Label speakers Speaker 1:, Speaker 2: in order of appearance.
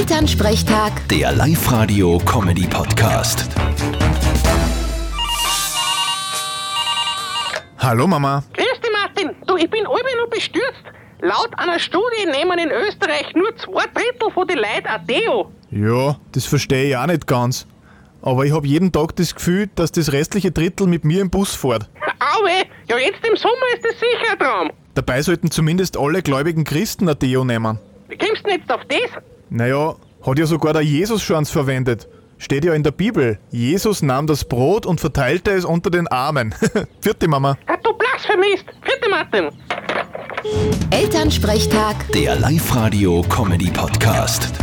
Speaker 1: Elternsprechtag,
Speaker 2: Der Live-Radio-Comedy-Podcast.
Speaker 3: Hallo Mama.
Speaker 4: Grüß dich, Martin. Du, ich bin alle nur bestürzt. Laut einer Studie nehmen in Österreich nur zwei Drittel von den Leuten Adeo.
Speaker 3: Ja, das verstehe ich auch nicht ganz. Aber ich habe jeden Tag das Gefühl, dass das restliche Drittel mit mir im Bus fährt.
Speaker 4: Auwe, ja jetzt im Sommer ist das sicher ein Traum.
Speaker 3: Dabei sollten zumindest alle gläubigen Christen ein Deo nehmen.
Speaker 4: Wie kommst du denn jetzt auf das?
Speaker 3: Naja, hat ja sogar der Jesus schon eins verwendet. Steht ja in der Bibel. Jesus nahm das Brot und verteilte es unter den Armen. Vierte Mama.
Speaker 4: Ah, Du blasphemist. Vierte Martin.
Speaker 1: Elternsprechtag.
Speaker 2: Der Live-Radio-Comedy-Podcast.